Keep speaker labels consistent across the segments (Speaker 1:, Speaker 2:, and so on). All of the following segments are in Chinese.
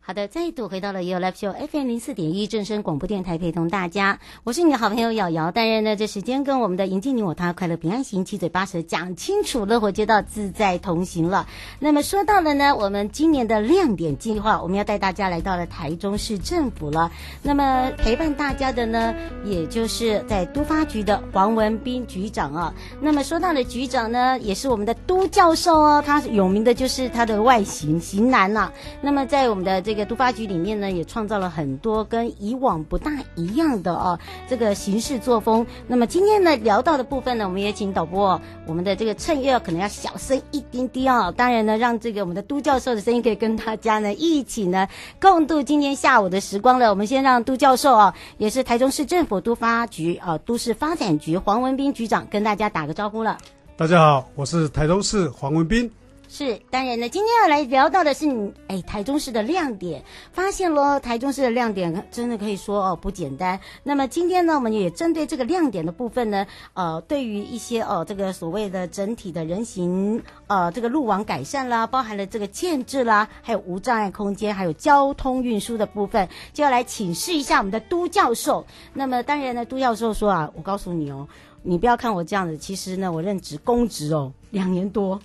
Speaker 1: 好的，再度回到了 You Live Show FM 零四点一正声广播电台，陪同大家，我是你的好朋友瑶瑶。当然呢，这时间跟我们的迎接你我他快乐平安行七嘴八舌讲清楚，乐活街道自在同行了。那么说到了呢，我们今年的亮点计划，我们要带大家来到了台中市政府了。那么陪伴大家的呢，也就是在都发局的黄文斌局长啊。那么说到了局长呢，也是我们的都教授哦，他有名的就是他的外形型男啦、那么在我们的这个都发局里面呢，也创造了很多跟以往不大一样的啊这个行事作风。那么今天呢聊到的部分呢，我们也请导播、哦，我们的这个衬乐可能要小声一点点哦。当然呢，让这个我们的都教授的声音可以跟大家呢一起呢共度今天下午的时光了。我们先让都教授啊，也是台中市政府都发局啊都市发展局黄文斌局长跟大家打个招呼了。
Speaker 2: 大家好，我是台州市黄文斌。
Speaker 1: 是，当然呢，今天要来聊到的是你，哎，台中市的亮点，发现咯，台中市的亮点真的可以说哦不简单。那么今天呢，我们也针对这个亮点的部分呢，呃，对于一些哦这个所谓的整体的人行呃这个路网改善啦，包含了这个建制啦，还有无障碍空间，还有交通运输的部分，就要来请示一下我们的都教授。那么当然呢，都教授说啊，我告诉你哦，你不要看我这样子，其实呢，我任职公职哦两年多。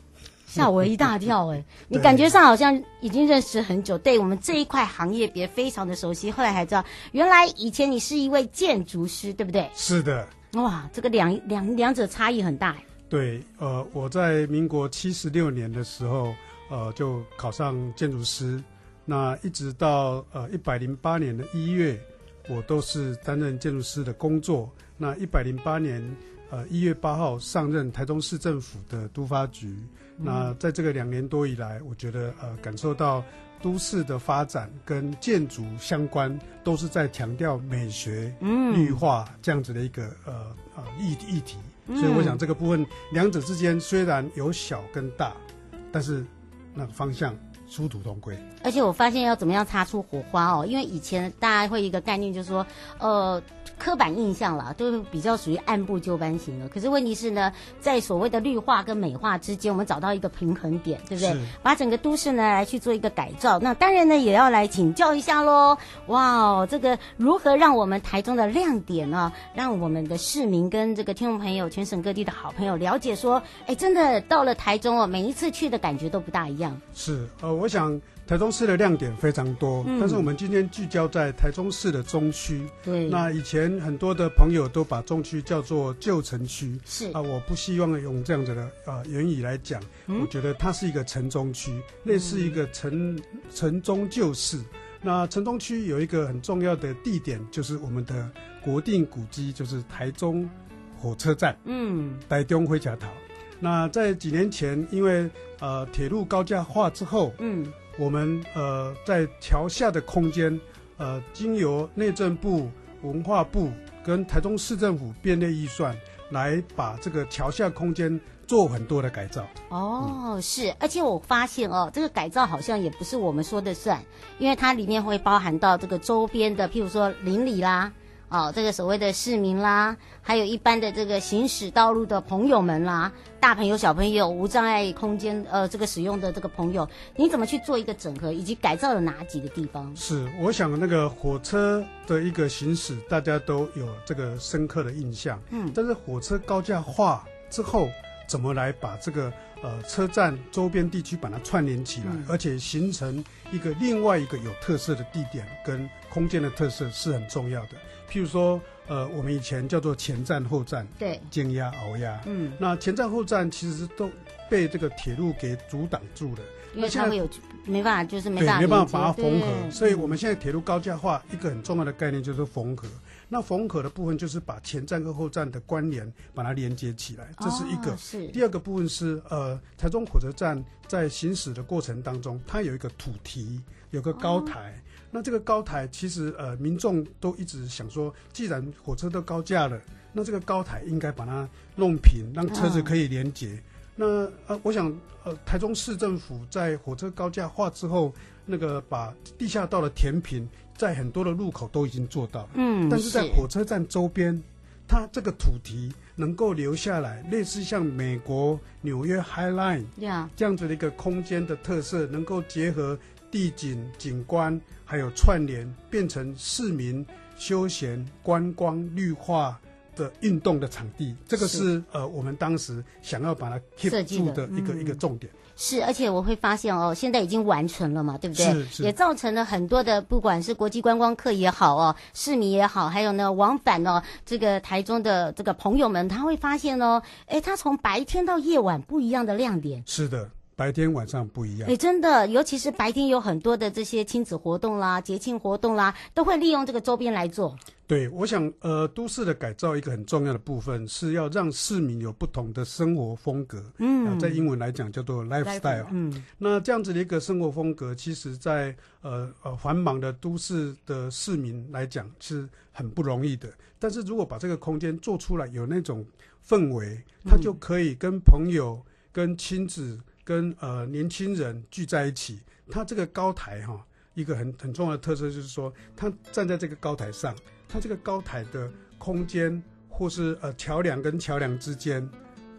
Speaker 1: 吓我一大跳哎、你感觉上好像已经认识很久，对我们这一块行业别非常的熟悉。后来还知道，原来以前你是一位建筑师，对不对？
Speaker 2: 是的，
Speaker 1: 哇，这个两两两者差异很大哎。
Speaker 2: 对，呃，我在民国七十六年的时候，呃，就考上建筑师，那一直到呃一百零八年的一月，我都是担任建筑师的工作。那一百零八年呃一月八号上任台中市政府的都发局。那在这个两年多以来，我觉得呃感受到都市的发展跟建筑相关，都是在强调美学、绿化这样子的一个呃呃议议题。所以我想这个部分两者之间虽然有小跟大，但是那个方向殊途同归。
Speaker 1: 而且我发现要怎么样擦出火花哦，因为以前大家会有一个概念，就是说，呃，刻板印象啦，都是比较属于按部就班型的。可是问题是呢，在所谓的绿化跟美化之间，我们找到一个平衡点，对不对
Speaker 2: 是？
Speaker 1: 把整个都市呢来去做一个改造。那当然呢，也要来请教一下喽。哇哦，这个如何让我们台中的亮点呢、让我们的市民跟这个听众朋友、全省各地的好朋友了解说，哎，真的到了台中哦，每一次去的感觉都不大一样。
Speaker 2: 是，呃，我想台中市的亮点非常多，但是我们今天聚焦在台中市的中区。
Speaker 1: 对，
Speaker 2: 那以前很多的朋友都把中区叫做旧城区，
Speaker 1: 是
Speaker 2: 啊，我不希望用这样子的呃言语来讲，我觉得它是一个城中区，类似一个城城中旧市。那城中区有一个很重要的地点，就是我们的国定古迹，就是台中火车站。
Speaker 1: 嗯，
Speaker 2: 台中灰甲桃。那在几年前，因为呃铁路高架化之后，
Speaker 1: 嗯，
Speaker 2: 我们呃在桥下的空间，呃经由内政部、文化部跟台中市政府编列预算，来把这个桥下空间做很多的改造。
Speaker 1: 哦，是，而且我发现哦，这个改造好像也不是我们说的算，因为它里面会包含到这个周边的，譬如说邻里啦。哦，这个所谓的市民啦，还有一般的这个行驶道路的朋友们啦，大朋友小朋友无障碍空间呃这个使用的这个朋友，你怎么去做一个整合，以及改造了哪几个地方？
Speaker 2: 是，我想那个火车的一个行驶，大家都有这个深刻的印象。
Speaker 1: 嗯，
Speaker 2: 但是火车高架化之后，怎么来把这个呃车站周边地区把它串联起来，
Speaker 1: 嗯
Speaker 2: 而且形成一个另外一个有特色的地点跟空间的特色是很重要的。譬如说，呃，我们以前叫做前站后站，
Speaker 1: 对，
Speaker 2: 尖压熬压。
Speaker 1: 嗯，
Speaker 2: 那前站后站其实都被这个铁路给阻挡住了，
Speaker 1: 因为
Speaker 2: 那现
Speaker 1: 它
Speaker 2: 在
Speaker 1: 会有没办法，就是没
Speaker 2: 对，
Speaker 1: 办法
Speaker 2: 没办
Speaker 1: 连
Speaker 2: 法把它
Speaker 1: 接
Speaker 2: 缝
Speaker 1: 对嗯
Speaker 2: 合。所以我们现在铁路高架化一个很重要的概念就是缝合。那缝合的部分就是把前站跟后站的关联把它连接起来，这是一个。
Speaker 1: 哦是
Speaker 2: 第二个部分是呃，台中火车站在行驶的过程当中，它有一个土堤，有个高台。那这个高台其实呃，民众都一直想说，既然火车都高架了，那这个高台应该把它弄平，让车子可以连接。那呃，我想呃，台中市政府在火车高架化之后，那个把地下道的填平，在很多的路口都已经做到了。
Speaker 1: 嗯，
Speaker 2: 但是在火车站周边，它这个土堤能够留下来，类似像美国纽约 High Line
Speaker 1: 呀
Speaker 2: 这样子的一个空间的特色，能够结合地景景观，还有串联，变成市民休闲、观光、绿化。的运动的场地，这个是呃，我们当时想要把它 keep
Speaker 1: 设计
Speaker 2: 住
Speaker 1: 的
Speaker 2: 的一个、一个重点。
Speaker 1: 是，而且我会发现哦，现在已经完成了嘛，对不对？
Speaker 2: 是是
Speaker 1: 也造成了很多的，不管是国际观光客也好哦，市民也好，还有呢往返哦，这个台中的这个朋友们，他会发现哦，哎，他从白天到夜晚不一样的亮点。
Speaker 2: 是的，白天晚上不一样
Speaker 1: 哎，。真的，尤其是白天有很多的这些亲子活动啦、节庆活动啦，都会利用这个周边来做。
Speaker 2: 对，我想，呃，都市的改造一个很重要的部分是要让市民有不同的生活风格，啊
Speaker 1: 嗯，
Speaker 2: 在英文来讲叫做 lifestyle。
Speaker 1: 嗯，
Speaker 2: 那这样子的一个生活风格，其实在呃呃繁忙的都市的市民来讲是很不容易的。但是如果把这个空间做出来，有那种氛围，他就可以跟朋友、跟亲子、跟呃年轻人聚在一起。他这个高台哈、一个很很重要的特色就是说，他站在这个高台上，他这个高台的空间或是呃桥梁跟桥梁之间。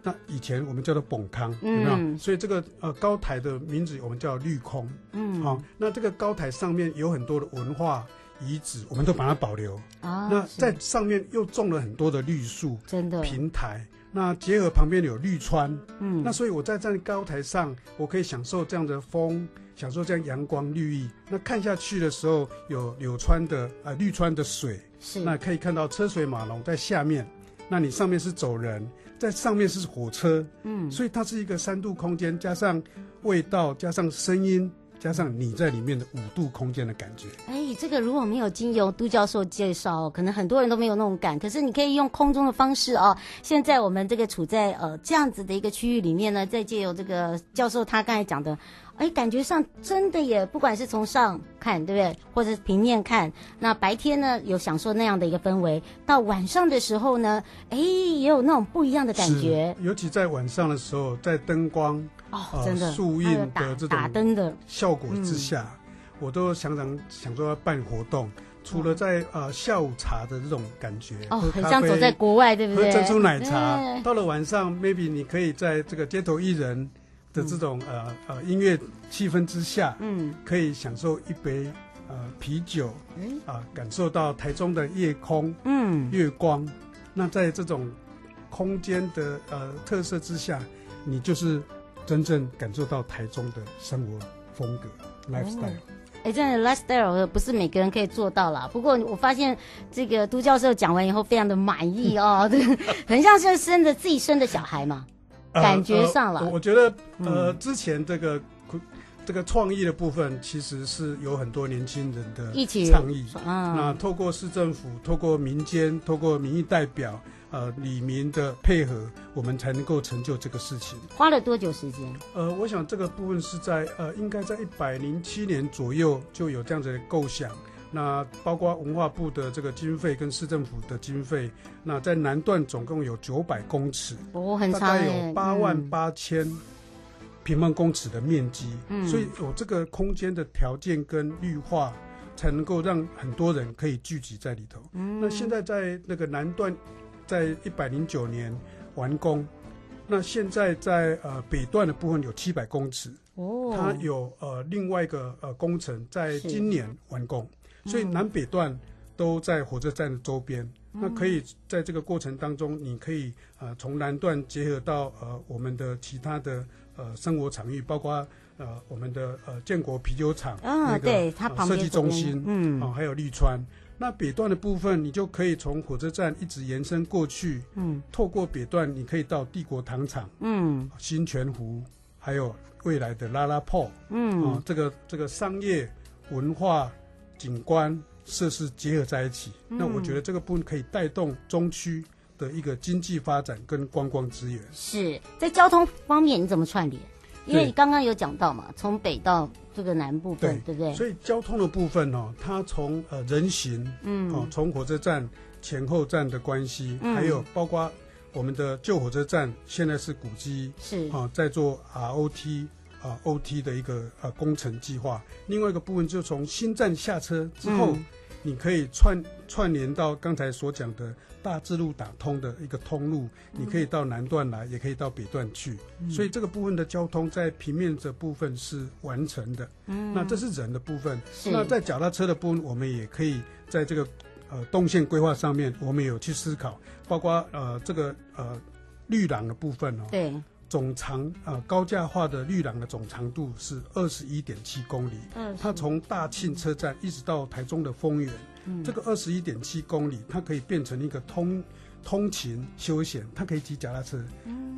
Speaker 2: 那以前我们叫做拱康，有没有？
Speaker 1: 嗯
Speaker 2: 所以这个呃高台的名字我们叫绿空，
Speaker 1: 嗯，
Speaker 2: 好、那这个高台上面有很多的文化遗址，我们都把它保留。
Speaker 1: 啊，
Speaker 2: 那
Speaker 1: 是
Speaker 2: 在上面又种了很多的绿树
Speaker 1: 真的，
Speaker 2: 平台，那结合旁边有绿川，
Speaker 1: 嗯
Speaker 2: 那所以我在站高台上，我可以享受这样的风，享受这样阳光绿意。那看下去的时候，有柳川的呃绿川的水，
Speaker 1: 是
Speaker 2: 那可以看到车水马龙在下面，那你上面是走人，在上面是火车，
Speaker 1: 嗯
Speaker 2: 所以它是一个三度空间，加上味道，加上声音，加上你在里面的五度空间的感觉。
Speaker 1: 哎，这个如果没有经由都教授介绍，可能很多人都没有那种感。可是你可以用空中的方式哦。现在我们这个处在呃这样子的一个区域里面呢，再借由这个教授他刚才讲的，哎，感觉上真的也不管是从上看，对不对，或者是平面看，那白天呢有享受那样的一个氛围，到晚上的时候呢，哎，也有那种不一样的感觉
Speaker 2: 是，尤其在晚上的时候，在灯光
Speaker 1: 哦，
Speaker 2: 呃
Speaker 1: 真的，
Speaker 2: 树
Speaker 1: 还有
Speaker 2: 荫
Speaker 1: 打
Speaker 2: 的这种
Speaker 1: 打灯的，
Speaker 2: 效果之下，
Speaker 1: 嗯
Speaker 2: 我都常常想说要办活动，除了在呃下午茶的这种感觉，
Speaker 1: 嗯哦，
Speaker 2: 喝
Speaker 1: 很
Speaker 2: 咖
Speaker 1: 像走
Speaker 2: 啡
Speaker 1: 在国外，对不
Speaker 2: 喝
Speaker 1: 对？
Speaker 2: 珍珠奶茶
Speaker 1: 对，
Speaker 2: 到了晚上，maybe 你可以在这个街头艺人的这种、呃呃音乐气氛之下，
Speaker 1: 嗯，
Speaker 2: 可以享受一杯呃啤酒，啊、
Speaker 1: 哎
Speaker 2: 感受到台中的夜空
Speaker 1: 嗯。
Speaker 2: 月光。那在这种空间的呃特色之下，你就是真正感受到台中的生活风格 lifestyle。
Speaker 1: 哎，这样的 lifestyle 不是每个人可以做到啦。不过我发现这个都教授讲完以后，非常的满意哦，对， 很像是生的自己生的小孩嘛。嗯
Speaker 2: 呃
Speaker 1: 感觉上啦
Speaker 2: 呃我我觉得呃，之前这个这个创意的部分，其实是有很多年轻人的
Speaker 1: 一起
Speaker 2: 倡议。那
Speaker 1: 嗯，
Speaker 2: 透过市政府、透过民间、透过民意代表、呃，里民的配合，我们才能够成就这个事情。
Speaker 1: 花了多久时间？
Speaker 2: 呃，我想这个部分是在呃，应该在一百零七年左右就有这样子的构想。那包括文化部的这个经费跟市政府的经费，那在南段总共有九百公尺，
Speaker 1: 哦，很
Speaker 2: 大
Speaker 1: 长
Speaker 2: 概
Speaker 1: 哎、
Speaker 2: 有八万八千平方公尺的面积，
Speaker 1: 嗯
Speaker 2: 所以有这个空间的条件跟绿化，才能够让很多人可以聚集在里头。
Speaker 1: 嗯
Speaker 2: 那现在在那个南段，在一百零九年完工，那现在在呃北段的部分有七百公尺，
Speaker 1: 哦，
Speaker 2: 它有呃另外一个呃工程在
Speaker 1: 是
Speaker 2: 今年完工，所以南北段都在火车站的周边。
Speaker 1: 嗯
Speaker 2: 那可以在这个过程当中，你可以呃从南段结合到呃我们的其他的呃生活场域，包括呃我们的呃建国啤酒厂，
Speaker 1: 嗯
Speaker 2: 那个
Speaker 1: 对它
Speaker 2: 呃
Speaker 1: 旁
Speaker 2: 设
Speaker 1: 边
Speaker 2: 计
Speaker 1: 左
Speaker 2: 中
Speaker 1: 边
Speaker 2: 心，
Speaker 1: 嗯
Speaker 2: 哦还有利川。那北段的部分，你就可以从火车站一直延伸过去，
Speaker 1: 嗯
Speaker 2: 透过北段，你可以到帝国糖厂、
Speaker 1: 嗯
Speaker 2: 新泉湖，还有未来的拉拉泡。啊、
Speaker 1: 嗯，
Speaker 2: 这个这个商业、文化、景观设施结合在一起，
Speaker 1: 嗯
Speaker 2: 那我觉得这个部分可以带动中区的一个经济发展跟观光资源。
Speaker 1: 是在交通方面你怎么串联？因为
Speaker 2: 对
Speaker 1: 你刚刚有讲到嘛，从北到这个南部分，对不对？
Speaker 2: 所以交通的部分哦，它从呃人行，嗯，哦，从火车站前后站的关系，
Speaker 1: 嗯
Speaker 2: 还有包括我们的旧火车站现在是古迹，
Speaker 1: 是
Speaker 2: 啊，在做 ROT 啊 OT 的一个呃工程计划。另外一个部分就从新站下车之后，
Speaker 1: 嗯
Speaker 2: 你可以串串联到刚才所讲的大智路打通的一个通路，
Speaker 1: 嗯
Speaker 2: 你可以到南段来，也可以到北段去。所以这个部分的交通在平面这部分是完成的。
Speaker 1: 嗯
Speaker 2: 那这是人的部分。
Speaker 1: 是
Speaker 2: 那在脚踏车的部分，我们也可以在这个呃动线规划上面，我们有去思考，包括呃这个呃绿廊的部分哦。
Speaker 1: 对，
Speaker 2: 总长啊、呃高架化的绿廊的总长度是二十一点七公里，
Speaker 1: 嗯
Speaker 2: 它从大庆车站一直到台中的丰原，这个二十一点七公里，它可以变成一个通通勤休闲，它可以骑脚踏车，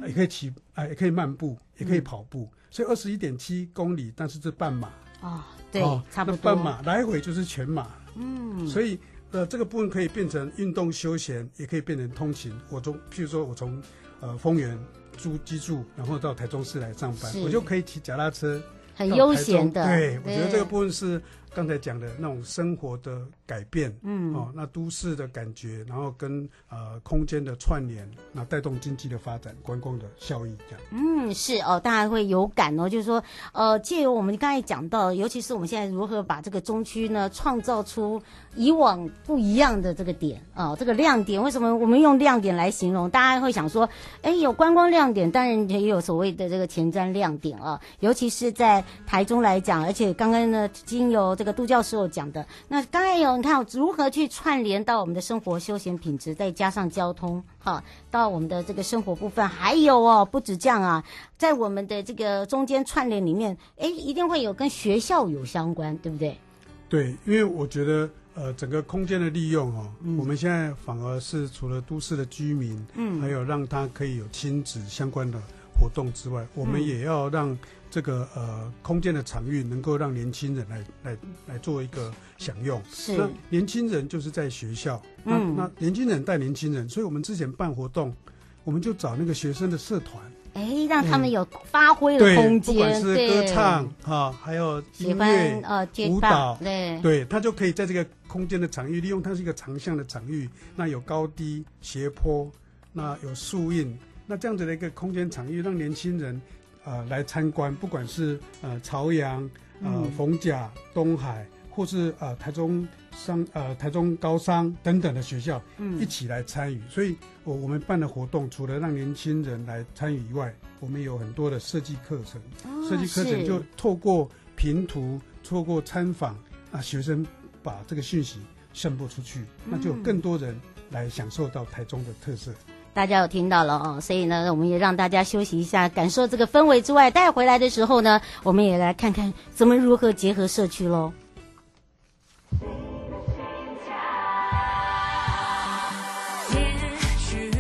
Speaker 2: 也可以骑啊、也可以漫步，也可以跑步，所以二十一点七公里，但是这半马，
Speaker 1: 哦，对
Speaker 2: 哦，
Speaker 1: 差不
Speaker 2: 那
Speaker 1: 多
Speaker 2: 半马来回就是全马，嗯，所以呃，这个部分可以变成运动休闲，也可以变成通勤。我从譬如说我从呃丰原住居住，然后到台中市来上班
Speaker 1: 是，
Speaker 2: 我就可以骑脚踏车，
Speaker 1: 很
Speaker 2: 到
Speaker 1: 悠
Speaker 2: 台中
Speaker 1: 闲的。
Speaker 2: 对，我觉得这个部分是刚才讲的那种生活的改变，嗯，哦，那都市的感觉，然后跟呃空间的串联，那带动经济的发展，观光的效益这样。
Speaker 1: 嗯，是哦，大家会有感哦，就是说，呃，借由我们刚才讲到，尤其是我们现在如何把这个中区呢创造出以往不一样的这个点啊、这个亮点。为什么我们用亮点来形容？大家会想说，哎，有观光亮点，当然也有所谓的这个前瞻亮点啊、尤其是在台中来讲，而且刚刚呢，经由这个杜教授讲的，那刚才有你看哦如何去串联到我们的生活休闲品质，再加上交通哈，到我们的这个生活部分，还有哦，不止这样啊，在我们的这个中间串联里面，哎，一定会有跟学校有相关，对不对？
Speaker 2: 对，因为我觉得呃，整个空间的利用哦，
Speaker 1: 嗯
Speaker 2: 我们现在反而是除了都市的居民，嗯，还有让他可以有亲子相关的活动之外，我
Speaker 1: 嗯
Speaker 2: 们也要让这个呃空间的场域能够让年轻人来来来做一个享用。
Speaker 1: 是
Speaker 2: 那年轻人就是在学校，那、
Speaker 1: 嗯
Speaker 2: 那年轻人带年轻人，所以我们之前办活动，我们就找那个学生的社团，
Speaker 1: 哎，让他们有发挥的空
Speaker 2: 嗯对，不
Speaker 1: 间，
Speaker 2: 管是
Speaker 1: 对
Speaker 2: 歌唱啊，还有
Speaker 1: 喜
Speaker 2: 音
Speaker 1: 欢
Speaker 2: 乐、
Speaker 1: 呃街
Speaker 2: 舞
Speaker 1: 道
Speaker 2: 蹈，
Speaker 1: 对
Speaker 2: 对，它就可以在这个空间的场域，利用它是一个长项的场域，那有高低、斜坡，那有树荫，那这样子的一个空间场域，让年轻人呃来参观，不管是呃朝阳、呃逢甲、东海，或是呃台中商、呃台中高商等等的学校，
Speaker 1: 嗯
Speaker 2: 一起来参与。所以我我们办的活动，除了让年轻人来参与以外，我们有很多的设计课程。
Speaker 1: 啊
Speaker 2: 设计课程
Speaker 1: 是
Speaker 2: 就透过平图、透过参访啊，学生把这个讯息散播出去，
Speaker 1: 嗯
Speaker 2: 那就有更多人来享受到台中的特色。
Speaker 1: 大家有听到了哦，所以呢，我们也让大家休息一下，感受这个氛围之外，带回来的时候呢，我们也来看看怎么如何结合社区喽。
Speaker 3: 也许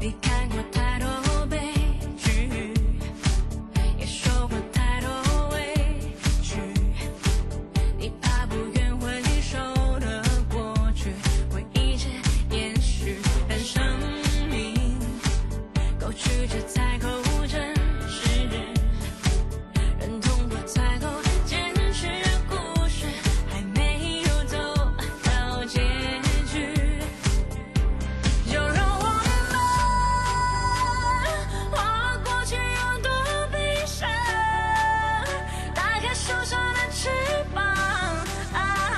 Speaker 3: 你看过太多悲剧，也受过太多委屈，你怕不愿回首的过去会一直延续，但生命够曲折才够真实，人痛苦才够坚持。啊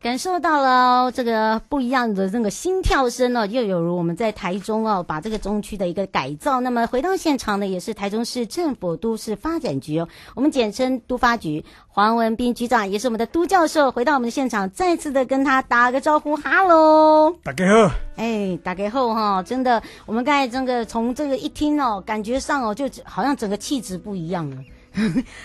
Speaker 1: 感受到了这个不一样的那个心跳声哦，又有如我们在台中哦，把这个中区的一个改造。那么回到现场呢，也是台中市政府都市发展局哦，我们简称都发局。黄文斌局长也是我们的都教授，回到我们的现场，再次的跟他打个招呼，哈喽。
Speaker 2: 大家好，
Speaker 1: 哎，打给后哈、真的，我们刚才这个从这个一听哦，感觉上哦，就好像整个气质不一样了。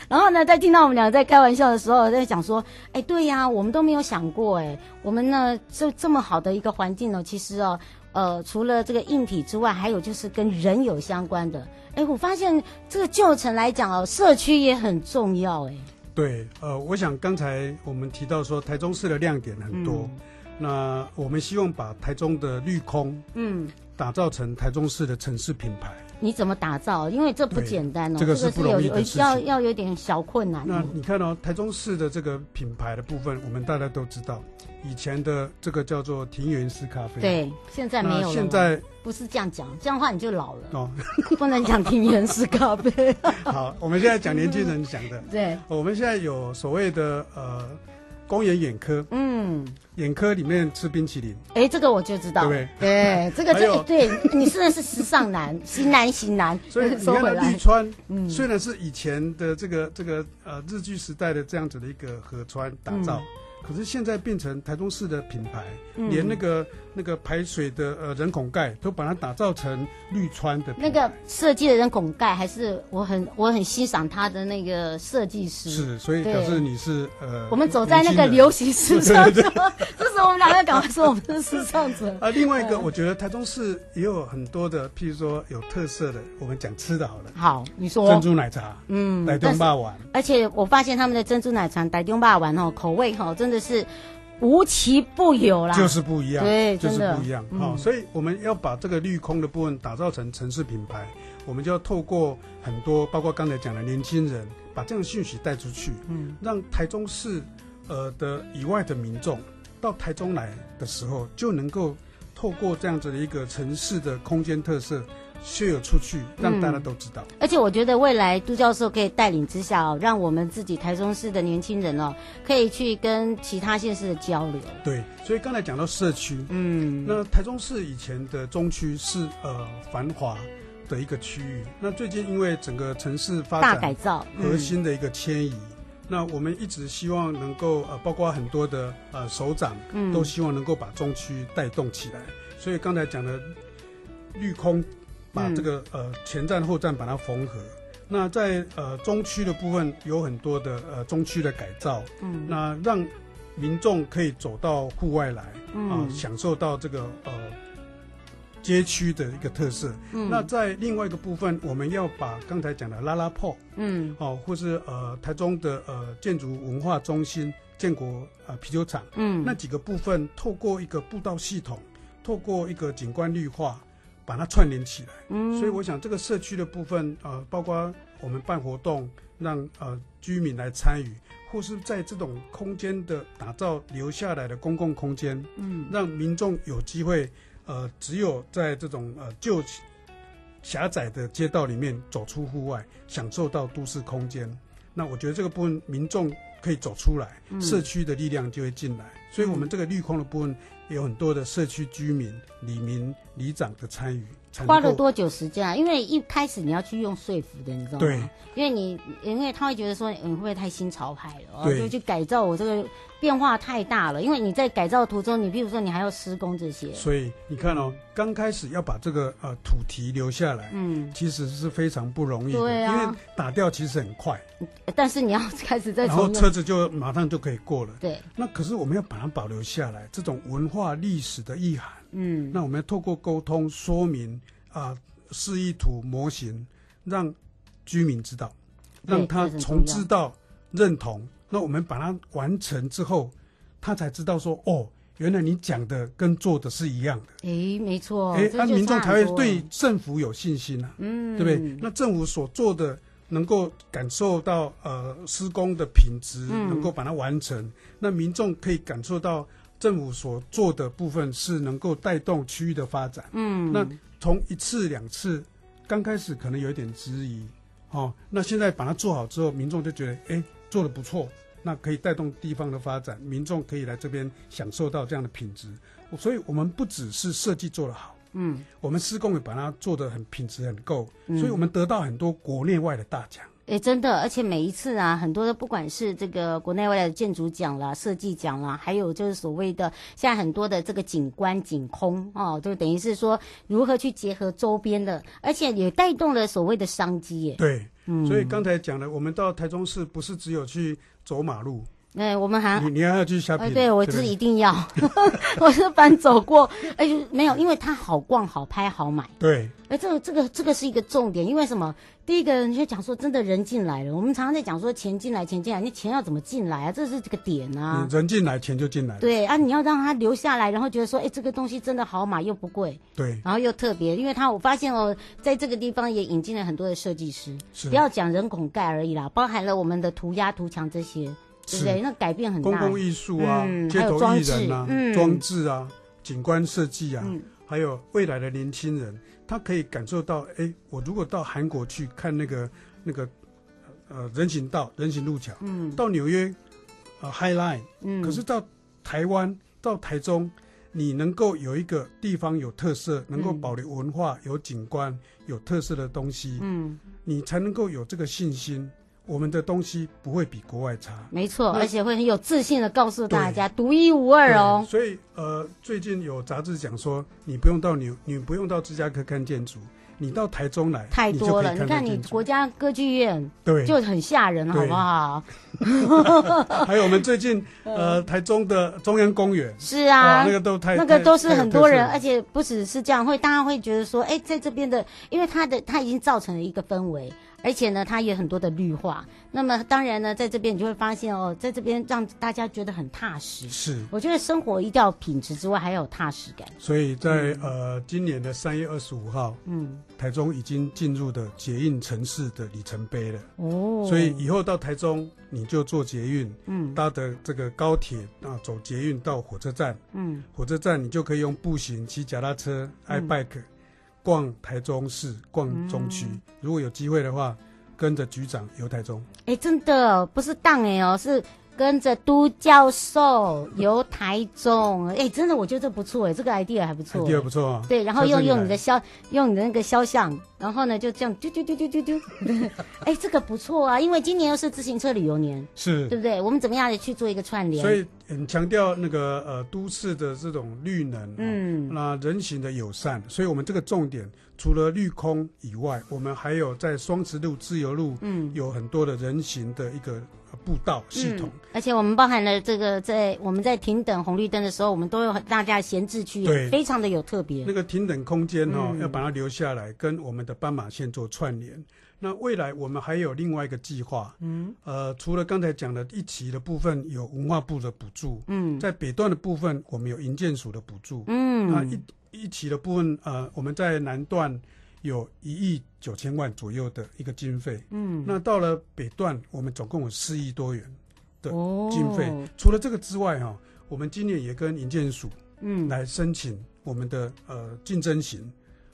Speaker 1: 然后呢，在听到我们俩在开玩笑的时候，在想说，哎，对呀、我们都没有想过，哎，我们呢这这么好的一个环境呢、其实哦，呃，除了这个硬体之外，还有就是跟人有相关的。哎，我发现这个旧城来讲哦，社区也很重要，哎，
Speaker 2: 对，呃，我想刚才我们提到说台中市的亮点很多，
Speaker 1: 嗯
Speaker 2: 那我们希望把台中的绿空
Speaker 1: 嗯，
Speaker 2: 打造成台中市的城市品牌。
Speaker 1: 你怎么打造？因为这不
Speaker 2: 对
Speaker 1: 简单哦，
Speaker 2: 这个是不容易
Speaker 1: 有
Speaker 2: 的
Speaker 1: 有
Speaker 2: 事情
Speaker 1: 要要有点小困难
Speaker 2: 那
Speaker 1: 哦。
Speaker 2: 你看哦，台中市的这个品牌的部分，我们大家都知道，以前的这个叫做庭园式咖啡，，
Speaker 1: 对，现在没有
Speaker 2: 那
Speaker 1: 了。
Speaker 2: 现在
Speaker 1: 不是这样讲，这样的话你就老了，
Speaker 2: 哦，
Speaker 1: 不能讲听原式咖 啡。
Speaker 2: 好，我们现在讲年轻人讲的，哦
Speaker 1: 对，
Speaker 2: 我们现在有所谓的呃公园眼科，
Speaker 1: 嗯，
Speaker 2: 眼科里面吃冰淇淋，
Speaker 1: 哎，这个我就知道，
Speaker 2: 对
Speaker 1: 对这个
Speaker 2: 还
Speaker 1: 这
Speaker 2: 有
Speaker 1: 对你真的是时尚男， 型男型男，呃
Speaker 2: 所以你
Speaker 1: 收
Speaker 2: 看
Speaker 1: 回
Speaker 2: 到
Speaker 1: 来
Speaker 2: 绿，川，
Speaker 1: 嗯
Speaker 2: 虽然是以前的这个这个呃日据时代的这样子的一个河川打造。可是现在变成台中市的品牌，
Speaker 1: 嗯
Speaker 2: 连那个那个排水的呃人孔盖都把它打造成绿川的品牌
Speaker 1: 那个设计的人拱盖，还是我很我很欣赏他的那个设计师。
Speaker 2: 是，所以
Speaker 1: 对
Speaker 2: 表示你是呃，
Speaker 1: 我们走在那个
Speaker 2: 年轻人
Speaker 1: 流行时尚 中，这时候我们两个赶快说我们是时尚者。
Speaker 2: 啊，另外一
Speaker 1: 哦
Speaker 2: 个，我觉得台中市也有很多的，譬如说有特色的，我们讲吃的好了，
Speaker 1: 好，你
Speaker 2: 珍
Speaker 1: 说，
Speaker 2: 珠奶茶、
Speaker 1: 哦嗯
Speaker 2: 奶
Speaker 1: 但
Speaker 2: 冻
Speaker 1: 是
Speaker 2: 霸丸，
Speaker 1: 而且我发现他们的珍珠奶茶、白丁霸丸哦，口味哦真的是无奇不有啦。
Speaker 2: 就是不一样，
Speaker 1: 对
Speaker 2: 就是
Speaker 1: 真的
Speaker 2: 不一样。
Speaker 1: 嗯
Speaker 2: 好，所以我们要把这个绿空的部分打造成城市品牌，我们就要透过很多，包括刚才讲的年轻人，把这样的讯息带出去，
Speaker 1: 嗯，
Speaker 2: 让台中市呃的以外的民众到台中来的时候，就能够透过这样子的一个城市的空间特色。share 出去，
Speaker 1: 嗯
Speaker 2: 让大家都知道。
Speaker 1: 而且我觉得未来杜教授可以带领之下哦，让我们自己台中市的年轻人哦，可以去跟其他县市的交流。
Speaker 2: 对，所以刚才讲到社区，
Speaker 1: 嗯，
Speaker 2: 那台中市以前的中区是呃繁华的一个区域，那最近因为整个城市发
Speaker 1: 大改
Speaker 2: 展
Speaker 1: 造，
Speaker 2: 核心的一个迁移，那我们一直希望能够呃，包括很多的呃首长
Speaker 1: 嗯
Speaker 2: 都希望能够把中区带动起来，所以刚才讲的绿空把
Speaker 1: 嗯
Speaker 2: 这个、呃前站后站把它缝合。那在呃中区的部分有很多的呃中区的改造，
Speaker 1: 嗯
Speaker 2: 那让民众可以走到户外来，啊、
Speaker 1: 嗯
Speaker 2: 享受到这个呃街区的一个特色。
Speaker 1: 嗯
Speaker 2: 那在另外一个部分，我们要把刚才讲的拉拉泡
Speaker 1: 嗯
Speaker 2: 哦，或是呃台中的呃建筑文化中心、建国呃啤酒厂、
Speaker 1: 嗯，
Speaker 2: 那几个部分，透过一个步道系统，透过一个景观绿化，把它串联起来。
Speaker 1: 嗯
Speaker 2: 所以我想这个社区的部分，呃，包括我们办活动，让呃居民来参与，或是在这种空间的打造留下来的公共空间，
Speaker 1: 嗯
Speaker 2: 让民众有机会，呃，只有在这种呃旧狭窄的街道里面走出户外，享受到都市空间。那我觉得这个部分民众可以走出来，
Speaker 1: 嗯
Speaker 2: 社区的力量就会进来。所以，我们这个绿空的部分有很多的社区居民、里民、里长的参与，才能
Speaker 1: 花了
Speaker 2: 够
Speaker 1: 多久时间啊？因为一开始你要去用说服的，你知道吗？
Speaker 2: 对，
Speaker 1: 因为你因为他会觉得说，嗯，会不会太新潮派了？哦
Speaker 2: 对
Speaker 1: 就去改造我这个变化太大了。因为你在改造途中，你比如说你还要施工这些，
Speaker 2: 所以你看哦，刚开始要把这个呃土题留下来，
Speaker 1: 嗯，
Speaker 2: 其实是非常不容易的，
Speaker 1: 对啊
Speaker 2: 因为打掉其实很快，
Speaker 1: 但是你要开始再
Speaker 2: 然后
Speaker 1: 重
Speaker 2: 车
Speaker 1: 用，
Speaker 2: 子就马上就可以过了。
Speaker 1: 对，
Speaker 2: 那可是我们要把它保留下来，这种文化历史的意涵，
Speaker 1: 嗯
Speaker 2: 那我们要透过沟通说明啊、示意图模型，让居民知道，
Speaker 1: 对
Speaker 2: 让他
Speaker 1: 这很重
Speaker 2: 从
Speaker 1: 要
Speaker 2: 知道认同。那我们把它完成之后，他才知道说哦，原来你讲的跟做的是一样的。
Speaker 1: 诶，没错，
Speaker 2: 哎，
Speaker 1: 这
Speaker 2: 那、
Speaker 1: 就
Speaker 2: 民众
Speaker 1: 差
Speaker 2: 才
Speaker 1: 很
Speaker 2: 会
Speaker 1: 多
Speaker 2: 对，政府有信心啊，
Speaker 1: 嗯，
Speaker 2: 对不对？那政府所做的能够感受到呃施工的品质，
Speaker 1: 嗯
Speaker 2: 能够把它完成，那民众可以感受到政府所做的部分是能够带动区域的发展。
Speaker 1: 嗯，
Speaker 2: 那从一次两次，刚开始可能有一点质疑，哦，那现在把它做好之后，民众就觉得哎做的不错，那可以带动地方的发展，民众可以来这边享受到这样的品质。所以我们不只是设计做得好，
Speaker 1: 嗯，
Speaker 2: 我们施工也把它做得很品质很够，所以我们得到很多国内外的大奖。
Speaker 1: 诶，真的，而且每一次啊，很多的不管是这个国内外的建筑奖啦、设计奖啦，还有就是所谓的现在很多的这个景观景空哦，就等于是说如何去结合周边的，而且也带动了所谓的商机耶。
Speaker 2: 对，
Speaker 1: 嗯
Speaker 2: 所以刚才讲了，我们到台中市不是只有去走马路，
Speaker 1: 那我们还
Speaker 2: 你你还要去 shopping，、
Speaker 1: 哎，对我
Speaker 2: 不
Speaker 1: 是一定要， 我是反走过，哎，就没有，因为它好逛、好拍、好买。
Speaker 2: 对
Speaker 1: 哎，这个这个这个是一个重点，因为什么？第一个人就讲说，真的人进来了，我们常常在讲说钱进来，钱进来，那钱要怎么进来啊？这是这个点啊
Speaker 2: 你。人进来钱就进来，
Speaker 1: 对啊，你要让他留下来，然后觉得说，哎，这个东西真的好买又不贵，
Speaker 2: 对
Speaker 1: 然后又特别，因为他我发现哦，在这个地方也引进了很多的设计师，
Speaker 2: 是
Speaker 1: 不要讲人孔盖而已啦，包含了我们的涂鸦、涂墙这些，对不对？
Speaker 2: 是
Speaker 1: 那改变很大。
Speaker 2: 公共艺术啊，
Speaker 1: 嗯
Speaker 2: 街头艺人啊
Speaker 1: 还有装置，嗯
Speaker 2: 装置啊，景观设计啊，
Speaker 1: 嗯
Speaker 2: 还有未来的年轻人，他可以感受到，哎，我如果到韩国去看那个那个呃人行道、人行路桥，
Speaker 1: 嗯
Speaker 2: 到纽约呃 High Line，
Speaker 1: 嗯，
Speaker 2: 可是到台湾、到台中，你能够有一个地方有特色，能够
Speaker 1: 嗯
Speaker 2: 保留文化、有景观、有特色的东西，
Speaker 1: 嗯，
Speaker 2: 你才能够有这个信心，我们的东西不会比国外差。
Speaker 1: 没错，
Speaker 2: 那
Speaker 1: 而且会很有自信的告诉大家，独一无二哦
Speaker 2: 对。所以呃，最近有杂志讲说，你不用到纽，你不用到芝加哥看建筑，你到台中来，
Speaker 1: 太多了，
Speaker 2: 你
Speaker 1: 你
Speaker 2: 就可
Speaker 1: 看
Speaker 2: 以看
Speaker 1: 你
Speaker 2: 到建筑
Speaker 1: 国家歌剧院
Speaker 2: 对，
Speaker 1: 就很吓人，好不好？
Speaker 2: 还有我们最近呃台中的中央公园，
Speaker 1: 嗯是
Speaker 2: 哇，
Speaker 1: 啊
Speaker 2: 那，个都太
Speaker 1: 那个都是
Speaker 2: 太有
Speaker 1: 很
Speaker 2: 特
Speaker 1: 多
Speaker 2: 色
Speaker 1: 人，
Speaker 2: 了
Speaker 1: 而且不只是这样，会大家会觉得说，哎，在这边的，因为它的它已经造成了一个氛围，而且呢，它也很多的绿化。那么当然呢，在这边你就会发现哦，在这边让大家觉得很踏实。
Speaker 2: 是。
Speaker 1: 我觉得生活一定要品质之外，还要有踏实感。
Speaker 2: 所以在、呃今年的三月二十五号，
Speaker 1: 嗯，
Speaker 2: 台中已经进入的捷运城市的里程碑了。
Speaker 1: 哦，
Speaker 2: 所以以后到台中，你就坐捷运，
Speaker 1: 嗯
Speaker 2: 搭的这个高铁啊，走捷运到火车站，
Speaker 1: 嗯
Speaker 2: 火车站你就可以用步行、骑脚踏车、iBike 逛台中市、逛中区。
Speaker 1: 嗯
Speaker 2: 如果有机会的话，跟着局长游台中。
Speaker 1: 哎，真的不是当哎哦，是跟着都教授游台中，哎，真的我觉得这不错哎，这个 idea 还不错。
Speaker 2: 第二不错啊，
Speaker 1: 对，然后
Speaker 2: 下次
Speaker 1: 用用
Speaker 2: 来
Speaker 1: 你的肖，用你的那个肖像，然后呢就这样丢丢丢丢丢丢， 哎，这个不错啊，因为今年又是自行车旅游年，对
Speaker 2: 是。
Speaker 1: 不对？我们怎么样的去做一个串联？
Speaker 2: 所以很强调那个呃都市的这种绿能、啊，
Speaker 1: 嗯
Speaker 2: 那人行的友善，所以我们这个重点除了绿空以外，我们还有在双十路、自由路
Speaker 1: 嗯
Speaker 2: 有很多的人行的一个呃步道系统。
Speaker 1: 嗯而且我们包含了这个在我们在停等红绿灯的时候，我们都有很大家的闲置区，
Speaker 2: 对
Speaker 1: 非常的有特别
Speaker 2: 那。个停等空间哦，
Speaker 1: 嗯
Speaker 2: 要把它留下来，跟我们的斑马线做串联。那未来我们还有另外一个计划，嗯，呃，除了刚才讲的一期的部分有文化部的补助，
Speaker 1: 嗯
Speaker 2: 在北段的部分我们有营建署的补助，那
Speaker 1: 嗯
Speaker 2: 一一期的部分，呃，我们在南段有一亿九千万左右的一个经费，
Speaker 1: 嗯，
Speaker 2: 那到了北段，我们总共有四亿多元的
Speaker 1: 哦
Speaker 2: 经费。除了这个之外，哈、我们今年也跟营建署
Speaker 1: 嗯，
Speaker 2: 来申请我们的呃竞争型，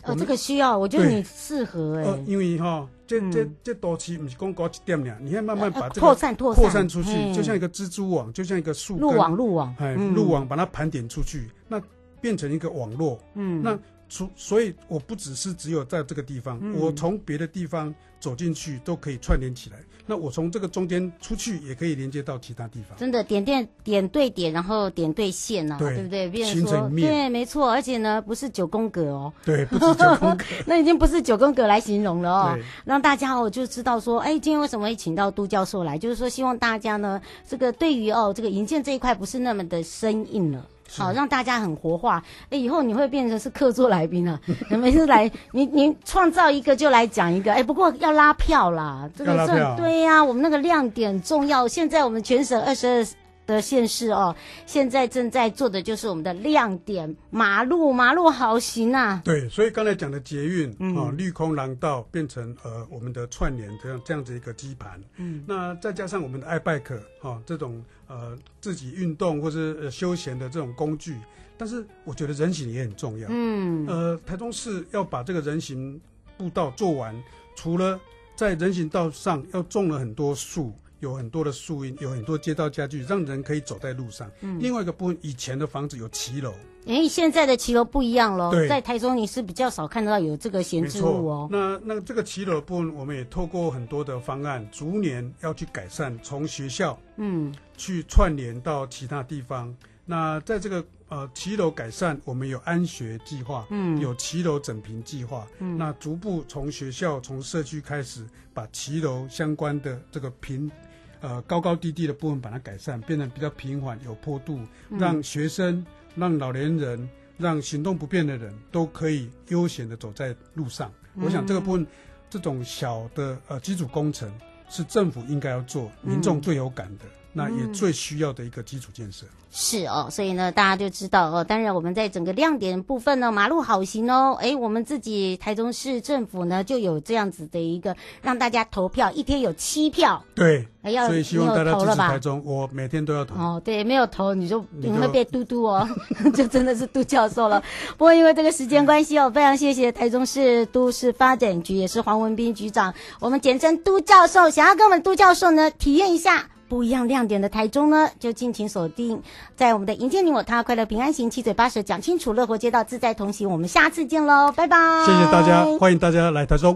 Speaker 1: 哦，
Speaker 2: 我们
Speaker 1: 这个需要，我觉得
Speaker 2: 对
Speaker 1: 你适合哎、
Speaker 2: 呃，因为哈、这、这
Speaker 1: 嗯
Speaker 2: 这多期不是光搞一点俩，你看慢慢把
Speaker 1: 呃
Speaker 2: 这
Speaker 1: 扩
Speaker 2: 个
Speaker 1: 散扩
Speaker 2: 扩散出去，
Speaker 1: 嘿
Speaker 2: 就像一个蜘蛛网，就像一个树
Speaker 1: 路
Speaker 2: 根，
Speaker 1: 网路网，
Speaker 2: 哎，
Speaker 1: 嗯
Speaker 2: 路网把它盘点出去，那变成一个网络。
Speaker 1: 嗯，
Speaker 2: 那除所以我不只是只有在这个地方，
Speaker 1: 嗯
Speaker 2: 我从别的地方走进去都可以串联起来。那我从这个中间出去也可以连接到其他地方。
Speaker 1: 真的点电点对点，然后点对线呐、啊，
Speaker 2: 对
Speaker 1: 对不对？变成
Speaker 2: 形成
Speaker 1: 说
Speaker 2: 面
Speaker 1: 对，没错，而且呢，不是九宫格哦，
Speaker 2: 对，不止九 宫格。
Speaker 1: 那已经不是九宫格来形容了哦
Speaker 2: 对，
Speaker 1: 让大家哦就知道说，哎，今天为什么会请到杜教授来，就是说希望大家呢，这个对于哦这个银建这一块不是那么的生硬了。
Speaker 2: 是
Speaker 1: 好，让大家很活化。哎，以后你会变成是客座来宾了。你每次来，你你创造一个就来讲一个。哎，不过要拉票啦，这个
Speaker 2: 要拉
Speaker 1: 是很
Speaker 2: 票
Speaker 1: 对呀、我们那个亮点重要。现在我们全省二十二的县市哦，现在正在做的就是我们的亮点马路，马路好行啊。
Speaker 2: 对，所以刚才讲的捷运啊、
Speaker 1: 嗯
Speaker 2: 绿空廊道变成呃我们的串联这样这样子一个基盘。嗯，那再加上我们的 iBike 哈、这种呃自己运动或是、呃、休闲的这种工具，但是我觉得人行也很重要。
Speaker 1: 嗯，
Speaker 2: 呃，台中市要把这个人行步道做完，除了在人行道上要种了很多树，有很多的树荫，有很多街道家具，让人可以走在路上。
Speaker 1: 嗯
Speaker 2: 另外一个部分，以前的房子有骑楼，
Speaker 1: 哎，现在的骑楼不一样喽
Speaker 2: 对，
Speaker 1: 在台中你是比较少看到有这个闲
Speaker 2: 没
Speaker 1: 置物
Speaker 2: 错
Speaker 1: 哦。。
Speaker 2: 那那这个骑楼的部分，我们也透过很多的方案，逐年要去改善，从学校
Speaker 1: 嗯，
Speaker 2: 去串联到其他地方。那在这个呃骑楼改善，我们有安学计划，
Speaker 1: 嗯
Speaker 2: 有骑楼整平计划，嗯，那逐步从学校、从社区开始，把骑楼相关的这个平，呃高高低低的部分把它改善，变得比较平缓、有坡度，让学生、让老年人、让行动不便的人都可以悠闲的走在路上。我想这个部分，这种小的呃基础工程是政府应该要做，
Speaker 1: 嗯
Speaker 2: 民众最有感的，那也最需要的一个基础建设。
Speaker 1: 是哦，所以呢，大家就知道哦。当然，我们在整个亮点部分呢，马路好行哦，哎，我们自己台中市政府呢就有这样子的一个让大家投票，一天有七票。
Speaker 2: 对，
Speaker 1: 哎要
Speaker 2: 所以希望大家
Speaker 1: 你有投
Speaker 2: 支
Speaker 1: 了
Speaker 2: 持
Speaker 1: 吧
Speaker 2: 台中，我每天都要投。
Speaker 1: 哦，对，没有投你就
Speaker 2: 你
Speaker 1: 你
Speaker 2: 就
Speaker 1: 会被嘟嘟哦， 就真的是杜教授了。不过因为这个时间关系哦，非常谢谢台中市都市发展局也是黄文斌局长，我们简称都教授。想要跟我们都教授呢体验一下。不一样亮点的台中呢，就尽情锁定在我们的“迎接你我他”快乐平安行，七嘴八舌讲清楚，乐活街道自在同行。我们下次见喽，拜拜！
Speaker 2: 谢谢大家，欢迎大家来台中。